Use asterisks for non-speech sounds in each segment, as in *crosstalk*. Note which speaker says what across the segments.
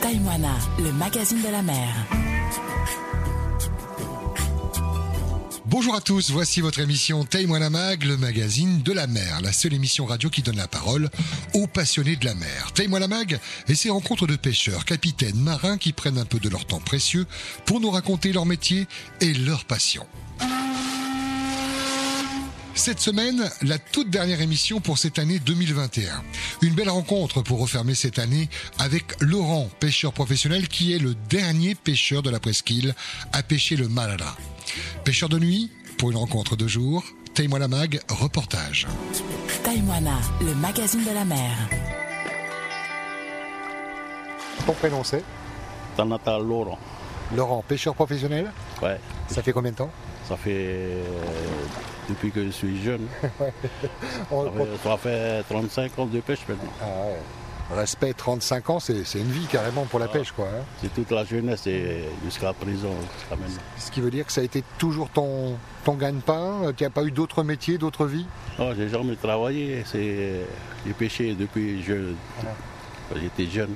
Speaker 1: Taïmoana, le magazine de la mer.
Speaker 2: Bonjour à tous, voici votre émission Taille-moi la mag, le magazine de la mer, la seule émission radio qui donne la parole aux passionnés de la mer. Taille-moi la mag et ses rencontres de pêcheurs, capitaines, marins qui prennent un peu de leur temps précieux pour nous raconter leur métier et leur passion. Cette semaine, la toute dernière émission pour cette année 2021. Une belle rencontre pour refermer cette année avec Laurent, pêcheur professionnel qui est le dernier pêcheur de la presqu'île à pêcher le Malala. Pêcheur de nuit pour une rencontre de jour. Taille-moi la mag, reportage.
Speaker 1: Taïmoana, le magazine de la mer.
Speaker 2: Ton prénom c'est
Speaker 3: Tanata Laurent.
Speaker 2: Laurent, pêcheur professionnel.
Speaker 3: Ouais,
Speaker 2: Ça fait combien de temps
Speaker 3: ça fait euh, depuis que je suis jeune. Ça fait, ça fait 35 ans de pêche maintenant.
Speaker 2: Ah. Respect, 35 ans, c'est c'est une vie carrément pour la pêche quoi. hein.
Speaker 3: C'est toute la jeunesse et jusqu'à présent. jusqu'à maintenant.
Speaker 2: Ce qui veut dire que ça a été toujours ton, ton gagne-pain. euh, Tu n'as pas eu d'autres métiers, d'autres vies
Speaker 3: Non, j'ai jamais travaillé. c'est- J'ai pêché depuis je...
Speaker 2: Ah.
Speaker 3: quand j'étais jeune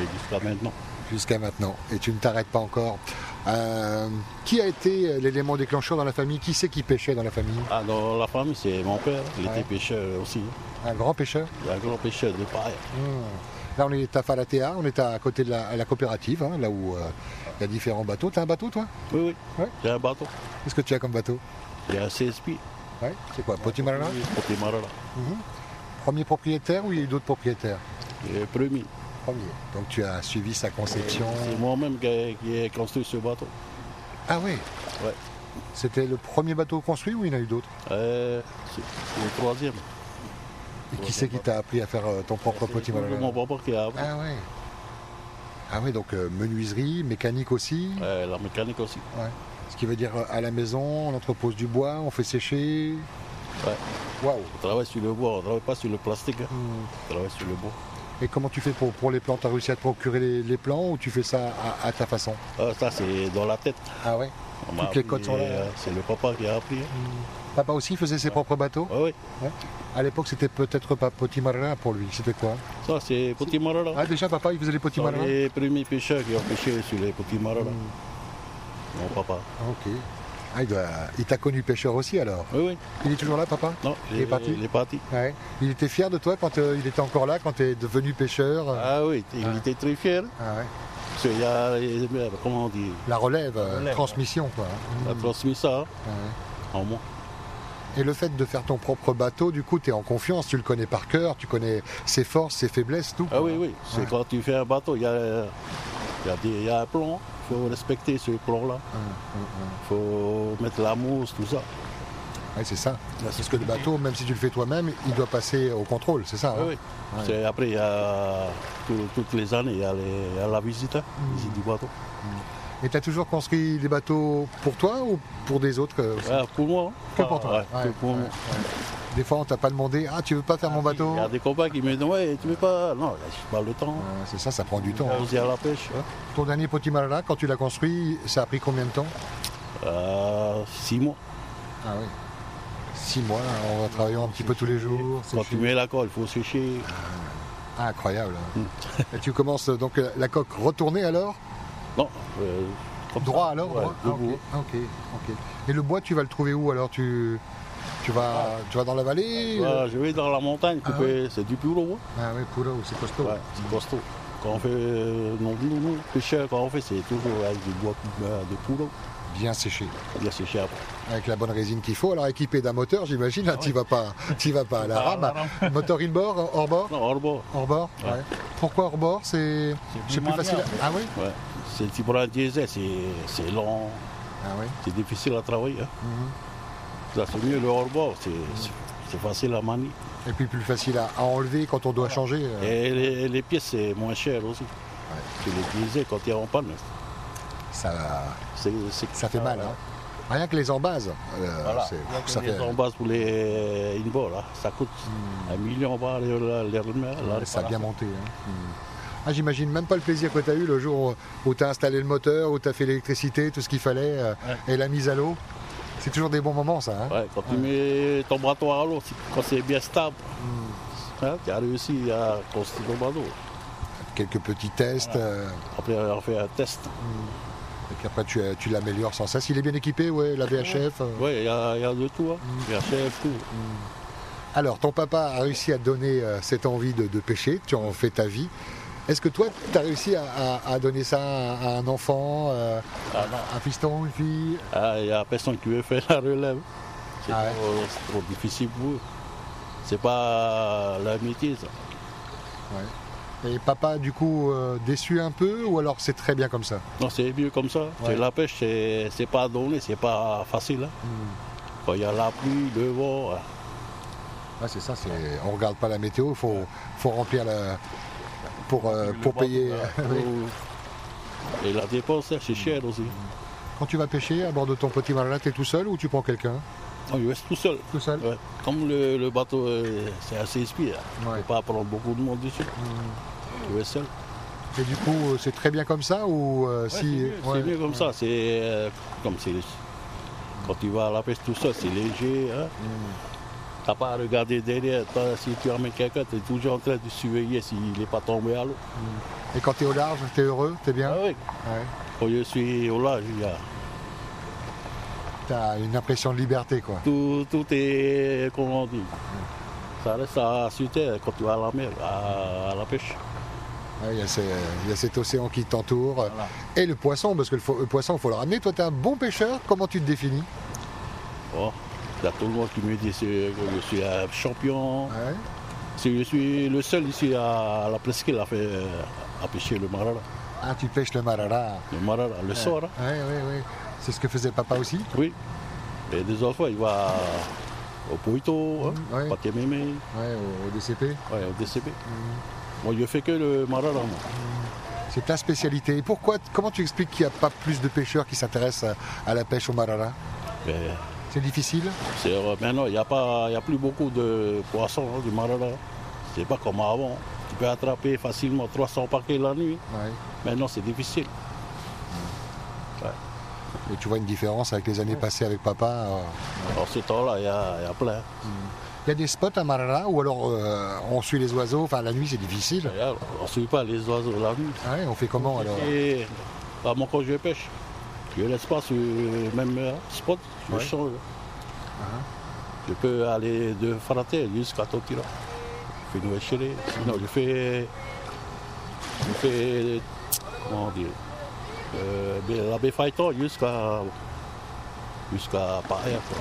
Speaker 3: et jusqu'à maintenant.
Speaker 2: jusqu'à maintenant. Et tu ne t'arrêtes pas encore. Euh, qui a été l'élément déclencheur dans la famille Qui c'est qui pêchait dans la famille
Speaker 3: Ah, dans la famille, c'est mon père. Il
Speaker 2: Ouais.
Speaker 3: était pêcheur aussi.
Speaker 2: Un grand pêcheur
Speaker 3: Un grand pêcheur de paille.
Speaker 2: Là, on est à Falatea, on est à côté de la, à la coopérative, hein, là où euh, il y a différents bateaux. Tu as un bateau, toi
Speaker 3: Oui, oui.
Speaker 2: Ouais.
Speaker 3: J'ai un bateau.
Speaker 2: Qu'est-ce que tu as comme bateau
Speaker 3: J'ai un CSP.
Speaker 2: ouais. C'est quoi Potimarana
Speaker 3: Côté Marala.
Speaker 2: Premier propriétaire ou il y a eu d'autres propriétaires
Speaker 3: Et Premier.
Speaker 2: Premier. Donc tu as suivi sa conception.
Speaker 3: C'est moi-même qui qui ai construit ce bateau.
Speaker 2: Ah oui
Speaker 3: Ouais.
Speaker 2: C'était le premier bateau construit ou il y en a eu d'autres
Speaker 3: Euh, c'est le troisième.
Speaker 2: Et qui c'est qui t'a appris à faire euh, ton propre
Speaker 3: C'est
Speaker 2: Potimarana
Speaker 3: mon papa qui a appris.
Speaker 2: Ah oui. Ah oui, donc euh, menuiserie, mécanique aussi.
Speaker 3: Euh, la mécanique aussi.
Speaker 2: Ouais. Ce qui veut dire euh, à la maison, on entrepose du bois, on fait sécher.
Speaker 3: Ouais.
Speaker 2: Waouh.
Speaker 3: On travaille sur le bois, on ne travaille pas sur le plastique. hein.
Speaker 2: Hmm.
Speaker 3: On travaille sur le bois.
Speaker 2: Et comment tu fais pour, pour les plans T'as réussi à te procurer les, les plans ou tu fais ça à, à ta façon
Speaker 3: Ah, ça, c'est dans la tête.
Speaker 2: Ah ouais.
Speaker 3: On m'a
Speaker 2: Toutes les
Speaker 3: appris,
Speaker 2: codes sont là. Hmm.
Speaker 3: euh, C'est le papa qui a appris. hein. Ah
Speaker 2: Papa aussi faisait ses propres bateaux
Speaker 3: Oui, oui.
Speaker 2: À l'époque, c'était peut-être pas Potimarana pour lui. C'était quoi
Speaker 3: Ça, c'est Petit Marala.
Speaker 2: Ah déjà, papa, il faisait les
Speaker 3: Ce sont
Speaker 2: Potimarana
Speaker 3: les premiers pêcheurs qui ont pêché sur les Petit Marala. Mon papa.
Speaker 2: Ah, Ok. Ah, il doit- il t'a connu pêcheur aussi alors
Speaker 3: Oui, oui.
Speaker 2: Il est toujours là, papa
Speaker 3: Non,
Speaker 2: Il est parti
Speaker 3: Il est parti.
Speaker 2: Ouais. Il était fier de toi quand euh, il était encore là, quand tu es devenu pêcheur
Speaker 3: Ah oui, il
Speaker 2: Ouais.
Speaker 3: était très fier.
Speaker 2: Ah ouais.
Speaker 3: Parce qu'il y a, euh, comment on dit,
Speaker 2: La relève, euh,
Speaker 3: Relève.
Speaker 2: transmission quoi.
Speaker 3: il a transmis ça hein,
Speaker 2: Ouais.
Speaker 3: en moi.
Speaker 2: Et le fait de faire ton propre bateau, du coup, tu es en confiance, tu le connais par cœur, tu connais ses forces, ses faiblesses, tout.
Speaker 3: Ah oui, oui, c'est
Speaker 2: Ouais.
Speaker 3: quand tu fais un bateau, il y a, euh, il y a des- il y a un plan, il faut respecter ce plan-là. Il faut mettre la mousse, tout ça.
Speaker 2: Ouais, c'est ça.
Speaker 3: Bah,
Speaker 2: Parce que le bateau, même si tu le fais toi-même, il doit passer au contrôle, c'est ça
Speaker 3: Ah
Speaker 2: hein
Speaker 3: oui. C'est- Après, il y a tout- toutes les années, il y a, les- il y a la visite, hein,
Speaker 2: Hmm.
Speaker 3: visite du bateau.
Speaker 2: Et tu as toujours construit des bateaux pour toi ou pour des autres que-
Speaker 3: Ah, pour moi, hein.
Speaker 2: Que pour toi,
Speaker 3: Ah, ouais,
Speaker 2: ouais,
Speaker 3: que pour
Speaker 2: ouais.
Speaker 3: moi.
Speaker 2: Des fois, on t'a pas demandé Ah, tu veux pas faire mon bateau
Speaker 3: Il y a des copains qui me disent Ouais, tu veux pas Non, là, j'ai pas le temps.
Speaker 2: Ouais, C'est ça, ça prend du temps.
Speaker 3: On se dit à la pêche. hein.
Speaker 2: Ton dernier Potimarana, quand tu l'as construit, ça a pris combien de temps
Speaker 3: Euh, six mois.
Speaker 2: Ah oui. Six mois, on va travailler un petit peu tous les jours.
Speaker 3: Quand
Speaker 2: sécher.
Speaker 3: tu mets la colle, il faut sécher.
Speaker 2: Ah, incroyable.
Speaker 3: *laughs*
Speaker 2: Et tu commences euh, donc euh, la coque retournée alors
Speaker 3: Non. euh, comme ça.
Speaker 2: Droit alors
Speaker 3: Ouais,
Speaker 2: droit
Speaker 3: debout.
Speaker 2: Ah, ok, ok, ok. Et le bois, tu vas le trouver où alors tu, tu,
Speaker 3: Ah.
Speaker 2: vas, tu vas dans la vallée
Speaker 3: Voilà, je vais dans la montagne, couper, c'est du boulot. hein.
Speaker 2: Ah oui, Poulot, c'est costaud.
Speaker 3: Ouais, c'est costaud. Quand on fait, euh, non, nous, nous, pêcheurs, quand on fait, c'est toujours avec du bois euh, de poulot.
Speaker 2: Bien séché.
Speaker 3: Bien séché après.
Speaker 2: Avec la bonne résine qu'il faut. Alors équipé d'un moteur, j'imagine, là, tu vas pas, tu vas pas à la
Speaker 3: Ah,
Speaker 2: rame. moteur inboard, hors bord
Speaker 3: Non, hors bord.
Speaker 2: Hors bord
Speaker 3: Ouais.
Speaker 2: ouais. Pourquoi hors bord C'est c'est plus facile. à- Ah oui
Speaker 3: Ouais. C'est tu prends un diesel, c'est c'est lent,
Speaker 2: Ah oui.
Speaker 3: c'est difficile à travailler. hein.
Speaker 2: Mhm.
Speaker 3: Ça, c'est mieux le hors bord, c'est c'est- c'est facile à manier.
Speaker 2: Et puis plus facile à, à enlever quand on doit changer. euh.
Speaker 3: Et les, les pièces, c'est moins cher aussi. Tu les diesel, quand tu es en panne,
Speaker 2: Ça,
Speaker 3: c'est c'est-
Speaker 2: ça fait mal. hein. Rien que les embases. euh,
Speaker 3: Voilà.
Speaker 2: c'est- ça
Speaker 3: Ça
Speaker 2: fait-
Speaker 3: en base pour les euh, inboard, là. ça coûte un million bas les, les, les,
Speaker 2: Mhm. Ouais, ça a bien monté. hein. Ah, J'imagine même pas le plaisir que tu as eu le jour où tu as installé le moteur, où tu as fait l'électricité, tout ce qu'il fallait, euh, et la mise à l'eau. C'est toujours des bons moments, ça. hein.
Speaker 3: Ouais, quand tu mets ton bateau à
Speaker 2: Hmm.
Speaker 3: l'eau, c'est- quand c'est bien stable, hein, tu as réussi à construire ton bateau.
Speaker 2: quelques petits tests. euh,
Speaker 3: Après avoir fait un test.
Speaker 2: Hmm. et puis après, tu, euh, tu l'améliores sans cesse. Il est bien équipé, ouais, la VHF. euh.
Speaker 3: Oui, il y, a il y a de tout. Hein.
Speaker 2: Hmm.
Speaker 3: VHF, tout.
Speaker 2: Alors, ton papa a réussi à te donner euh, cette envie de, de pêcher, tu en fais ta vie. Est-ce que toi, tu as réussi à, à- à donner ça à, à un enfant, euh,
Speaker 3: Ah, non.
Speaker 2: un piston, une fille
Speaker 3: Ah, il n'y a personne qui veut faire la relève. C'est
Speaker 2: Ah ouais.
Speaker 3: trop, c'est trop difficile pour eux. C'est pas l'amitié, ça.
Speaker 2: Et papa, du coup, euh, déçu un peu ou alors c'est très bien comme ça
Speaker 3: Non, c'est mieux comme ça. C'est la pêche, c'est c'est pas donné, c'est pas facile. hein.
Speaker 2: Hmm.
Speaker 3: Quand il y a la pluie, le vent, hein.
Speaker 2: Ouais, c'est ça, c'est... on regarde pas la météo, il faut, faut remplir la... pour, euh,
Speaker 3: le
Speaker 2: pour
Speaker 3: bord,
Speaker 2: payer.
Speaker 3: hein,
Speaker 2: *laughs* Oui.
Speaker 3: Et la dépense, hein, c'est cher aussi.
Speaker 2: Hmm. Quand tu vas pêcher à bord de ton petit marin, tu es tout seul ou tu prends quelqu'un
Speaker 3: On je Oh, reste tout seul.
Speaker 2: Tout seul
Speaker 3: Ouais. Comme le, le bateau, euh, c'est assez espié, hein.
Speaker 2: Ouais.
Speaker 3: faut pas prendre beaucoup de monde dessus. Tu es seul.
Speaker 2: Et du coup, euh, c'est très bien comme ça ou euh,
Speaker 3: Ouais,
Speaker 2: si...
Speaker 3: c'est mieux, c'est
Speaker 2: ouais.
Speaker 3: mieux comme ça. C'est euh, comme c'est quand tu vas à la pêche tout seul, c'est léger. Hein. T'as pas à regarder derrière. T'as- Si tu ramènes quelqu'un, tu es toujours en train de surveiller s'il n'est pas tombé à l'eau.
Speaker 2: Et quand tu es au large, tu es heureux, tu es bien
Speaker 3: Ah oui.
Speaker 2: Ouais.
Speaker 3: Quand je suis au large, il y a-
Speaker 2: T'as une impression de liberté, quoi.
Speaker 3: tout, tout est comment on dit. Ça reste à sur terre quand tu vas à la mer, à, à la pêche.
Speaker 2: Ouais, Il y, a ces- il y a cet océan qui t'entoure. Et le poisson, parce que le, fo- le poisson, il faut le ramener. Toi, t'es un bon pêcheur, comment tu te définis
Speaker 3: Bon. Oh, Il y a tout le monde qui me dit c'est- que je suis un champion.
Speaker 2: Ouais.
Speaker 3: Si je suis le seul ici à, à la presqu'île à, faire- à pêcher le marin.
Speaker 2: Ah, tu pêches le marara.
Speaker 3: Le marin, le sort. hein.
Speaker 2: Ouais, ouais, ouais. C'est ce que faisait papa aussi
Speaker 3: Oui. Et des fois, il va au Poito, hein,
Speaker 2: ouais. Mm.
Speaker 3: pâté mémé,
Speaker 2: Ouais, au, au DCP.
Speaker 3: ouais, au DCP. Moi, je fais que le marin. moi.
Speaker 2: C'est ta spécialité. Et pourquoi Comment tu expliques qu'il n'y a pas plus de pêcheurs qui s'intéressent à, à la pêche au marara
Speaker 3: Mais
Speaker 2: C'est difficile
Speaker 3: c'est- euh, maintenant, il n'y a, pas- il y a plus beaucoup de poissons hein, du marin. C'est pas comme avant. Tu peux attraper facilement 300 paquets la nuit.
Speaker 2: Ouais.
Speaker 3: Maintenant, c'est difficile.
Speaker 2: Et tu vois une différence avec les années passées avec papa euh,
Speaker 3: En ce temps-là, il y a, il y a plein.
Speaker 2: Il y a des spots à Marara ou alors euh, on suit les oiseaux, enfin la nuit c'est difficile.
Speaker 3: Et alors, on ne suit pas les oiseaux la nuit.
Speaker 2: Ouais, on fait comment alors
Speaker 3: Et à mon quand je pêche, je ne laisse pas sur le même euh, spot, je change. Je peux aller de Frater jusqu'à Totila. Je fais une échelle. Sinon, je fais. Je fais. Comment dire euh, ben, La baie Faiton jusqu'à. Jusqu'à Paris. quoi.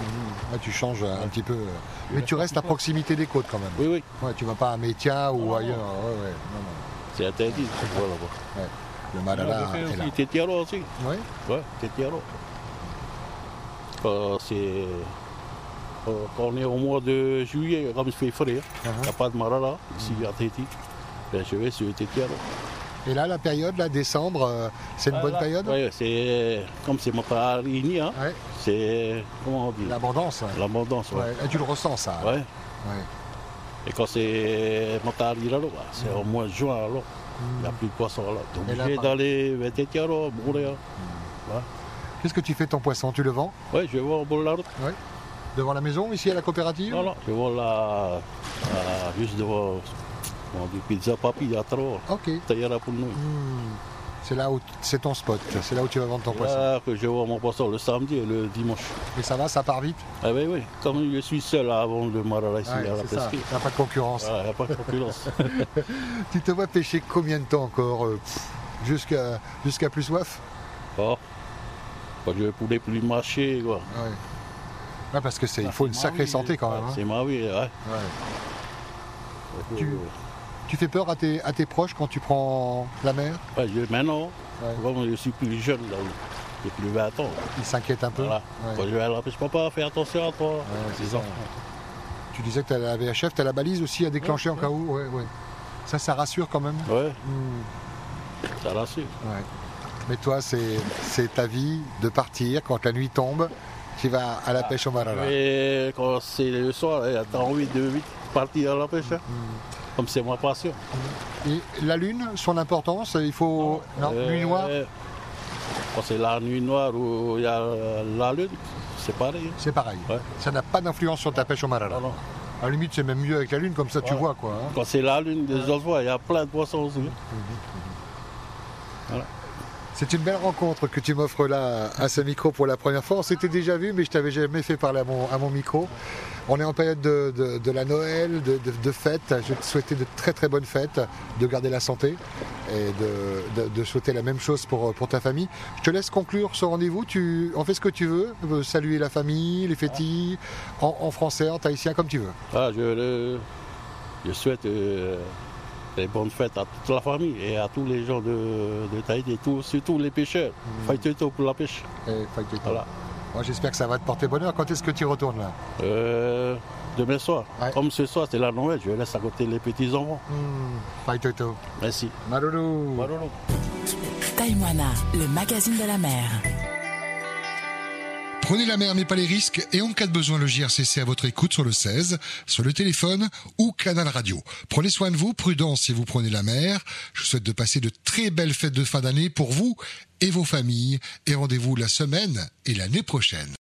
Speaker 2: Ouais, Tu changes un petit peu. euh, Mais tu restes à proximité des côtes quand même.
Speaker 3: Oui, oui,
Speaker 2: Ouais, tu vas pas à Métia ou
Speaker 3: non,
Speaker 2: ailleurs. ouais, ouais, non,
Speaker 3: c'est interdit. Voilà, bon.
Speaker 2: non, ouais. Le Marara
Speaker 3: je fais
Speaker 2: est là.
Speaker 3: aussi Tétiaro aussi.
Speaker 2: Ouais.
Speaker 3: Ouais, c'est Tiaro. Quand c'est. Quand quand on est au mois de juillet, comme il fait frais, il
Speaker 2: Uh-huh.
Speaker 3: n'y a pas de marala ici
Speaker 2: Mm-hmm.
Speaker 3: à Tahiti. Ben, je vais sur
Speaker 2: Ah,
Speaker 3: Tétiaro.
Speaker 2: Et là la période, là, décembre, euh, c'est une bonne période
Speaker 3: Oui, c'est. Comme c'est Matarigny, hein,
Speaker 2: Ouais.
Speaker 3: c'est. Comment on dit
Speaker 2: L'abondance. ouais.
Speaker 3: L'abondance. Ouais.
Speaker 2: Ouais. Et tu le ressens ça.
Speaker 3: Ouais.
Speaker 2: Ouais.
Speaker 3: Et quand c'est Matariralo, c'est au mois de juin alors. Il n'y a plus de poissons là. Donc
Speaker 2: Mm. Et là,
Speaker 3: j'ai
Speaker 2: par-
Speaker 3: d'aller vers Tétiaro, Bouréa.
Speaker 2: Qu'est-ce que tu fais de ton poisson Tu le vends
Speaker 3: Oui, je vais au bord de la route.
Speaker 2: Ouais. Devant la maison, ici à la coopérative
Speaker 3: Non, non, je vois là, là, juste devant comment on dit, Pizza Papi à Tror,
Speaker 2: Ok.
Speaker 3: Taillera pour nous.
Speaker 2: Mm. C'est là où c'est ton spot. C'est là où tu vas vendre ton poisson.
Speaker 3: Là que je vois mon poisson le samedi et le dimanche.
Speaker 2: Et ça va, ça part vite
Speaker 3: Ah oui, oui, comme je suis seul avant le Marala ici
Speaker 2: Ouais,
Speaker 3: à la
Speaker 2: c'est ça.
Speaker 3: presqu'île.
Speaker 2: T'as pas de concurrence.
Speaker 3: Ah, Il n'y a pas
Speaker 2: *laughs*
Speaker 3: de concurrence.
Speaker 2: Tu te vois pêcher combien de temps encore euh, pff, Jusqu'à jusqu'à plus soif
Speaker 3: oh. Quand Bah, je ne pouvais plus marcher, quoi.
Speaker 2: ouais. Ouais, parce que
Speaker 3: Ah,
Speaker 2: c'est il faut une sacrée santé quand même. hein.
Speaker 3: bah C'est ma vie, ouais.
Speaker 2: Ouais. Tu- Tu fais peur à tes, à tes proches quand tu prends la mer
Speaker 3: Ouais, je- maintenant,
Speaker 2: Ouais.
Speaker 3: comme je suis plus jeune, là, j'ai plus 20 ans.
Speaker 2: Ils s'inquiètent un peu
Speaker 3: Voilà.
Speaker 2: Ouais.
Speaker 3: Quand je vais à la pêche, papa, fais attention à toi.
Speaker 2: c'est
Speaker 3: Les
Speaker 2: ça.
Speaker 3: enfants.
Speaker 2: Tu disais que tu la VHF, tu as la balise aussi à déclencher en cas où ouais, ouais. Ça, ça rassure quand même
Speaker 3: Ouais. Ça rassure.
Speaker 2: Hmm. Ouais. Mais toi, c'est c'est ta vie de partir quand la nuit tombe. Tu vas à
Speaker 3: Ah.
Speaker 2: la pêche au Marala.
Speaker 3: Mais quand c'est le soir, eh, t'as envie de vite partir à la pêche. hein.
Speaker 2: Hmm.
Speaker 3: Comme c'est ma passion.
Speaker 2: Et la lune, son importance, il faut. Oh, Non,
Speaker 3: Euh,
Speaker 2: nuit noire,
Speaker 3: Quand c'est la nuit noire où il y a la lune, c'est pareil. hein.
Speaker 2: c'est pareil.
Speaker 3: ouais.
Speaker 2: Ça n'a pas d'influence sur ta pêche au Marala.
Speaker 3: Non, non.
Speaker 2: À la limite, c'est même mieux avec la lune, comme ça tu
Speaker 3: Ouais.
Speaker 2: vois quoi. hein.
Speaker 3: Quand c'est la lune, des autres fois, il y a plein de poissons aussi. hein.
Speaker 2: C'est une belle rencontre que tu m'offres là à ce micro pour la première fois. On s'était déjà vu, mais je t'avais jamais fait parler à mon, à mon micro. On est en période de, de- de la Noël, de, de, de fêtes. Je vais te souhaiter de très très bonnes fêtes, de garder la santé et de, de- de souhaiter la même chose pour, pour ta famille. Je te laisse conclure ce rendez-vous. Tu en fais ce que tu veux. Euh, Saluer la famille, les fêtilles, en, en français, en tahitien, comme tu veux.
Speaker 3: Ah, je, le- je souhaite euh, des bonnes fêtes à toute la famille et à tous les gens de, de Tahiti, et tous- surtout les pêcheurs.
Speaker 2: Hmm.
Speaker 3: Faites-le pour la pêche.
Speaker 2: Et, enfin, tu-
Speaker 3: Voilà.
Speaker 2: Eh, Moi, j'espère que ça va te porter bonheur. Quand est-ce que tu retournes là
Speaker 3: Euh, demain soir,
Speaker 2: Ouais.
Speaker 3: comme ce soir c'est la Noël, je laisse à côté les petits enfants.
Speaker 2: Hmm, Bye Toto.
Speaker 3: Merci.
Speaker 2: Maloulou.
Speaker 1: Taïwana, le magazine de la mer.
Speaker 2: Prenez la mer mais pas les risques et en cas de besoin le JRCC à votre écoute sur le 16, sur le téléphone ou canal radio. Prenez soin de vous, prudence si vous prenez la mer. Je vous souhaite de passer de très belles fêtes de fin d'année pour vous et vos familles et rendez-vous la semaine et l'année prochaine.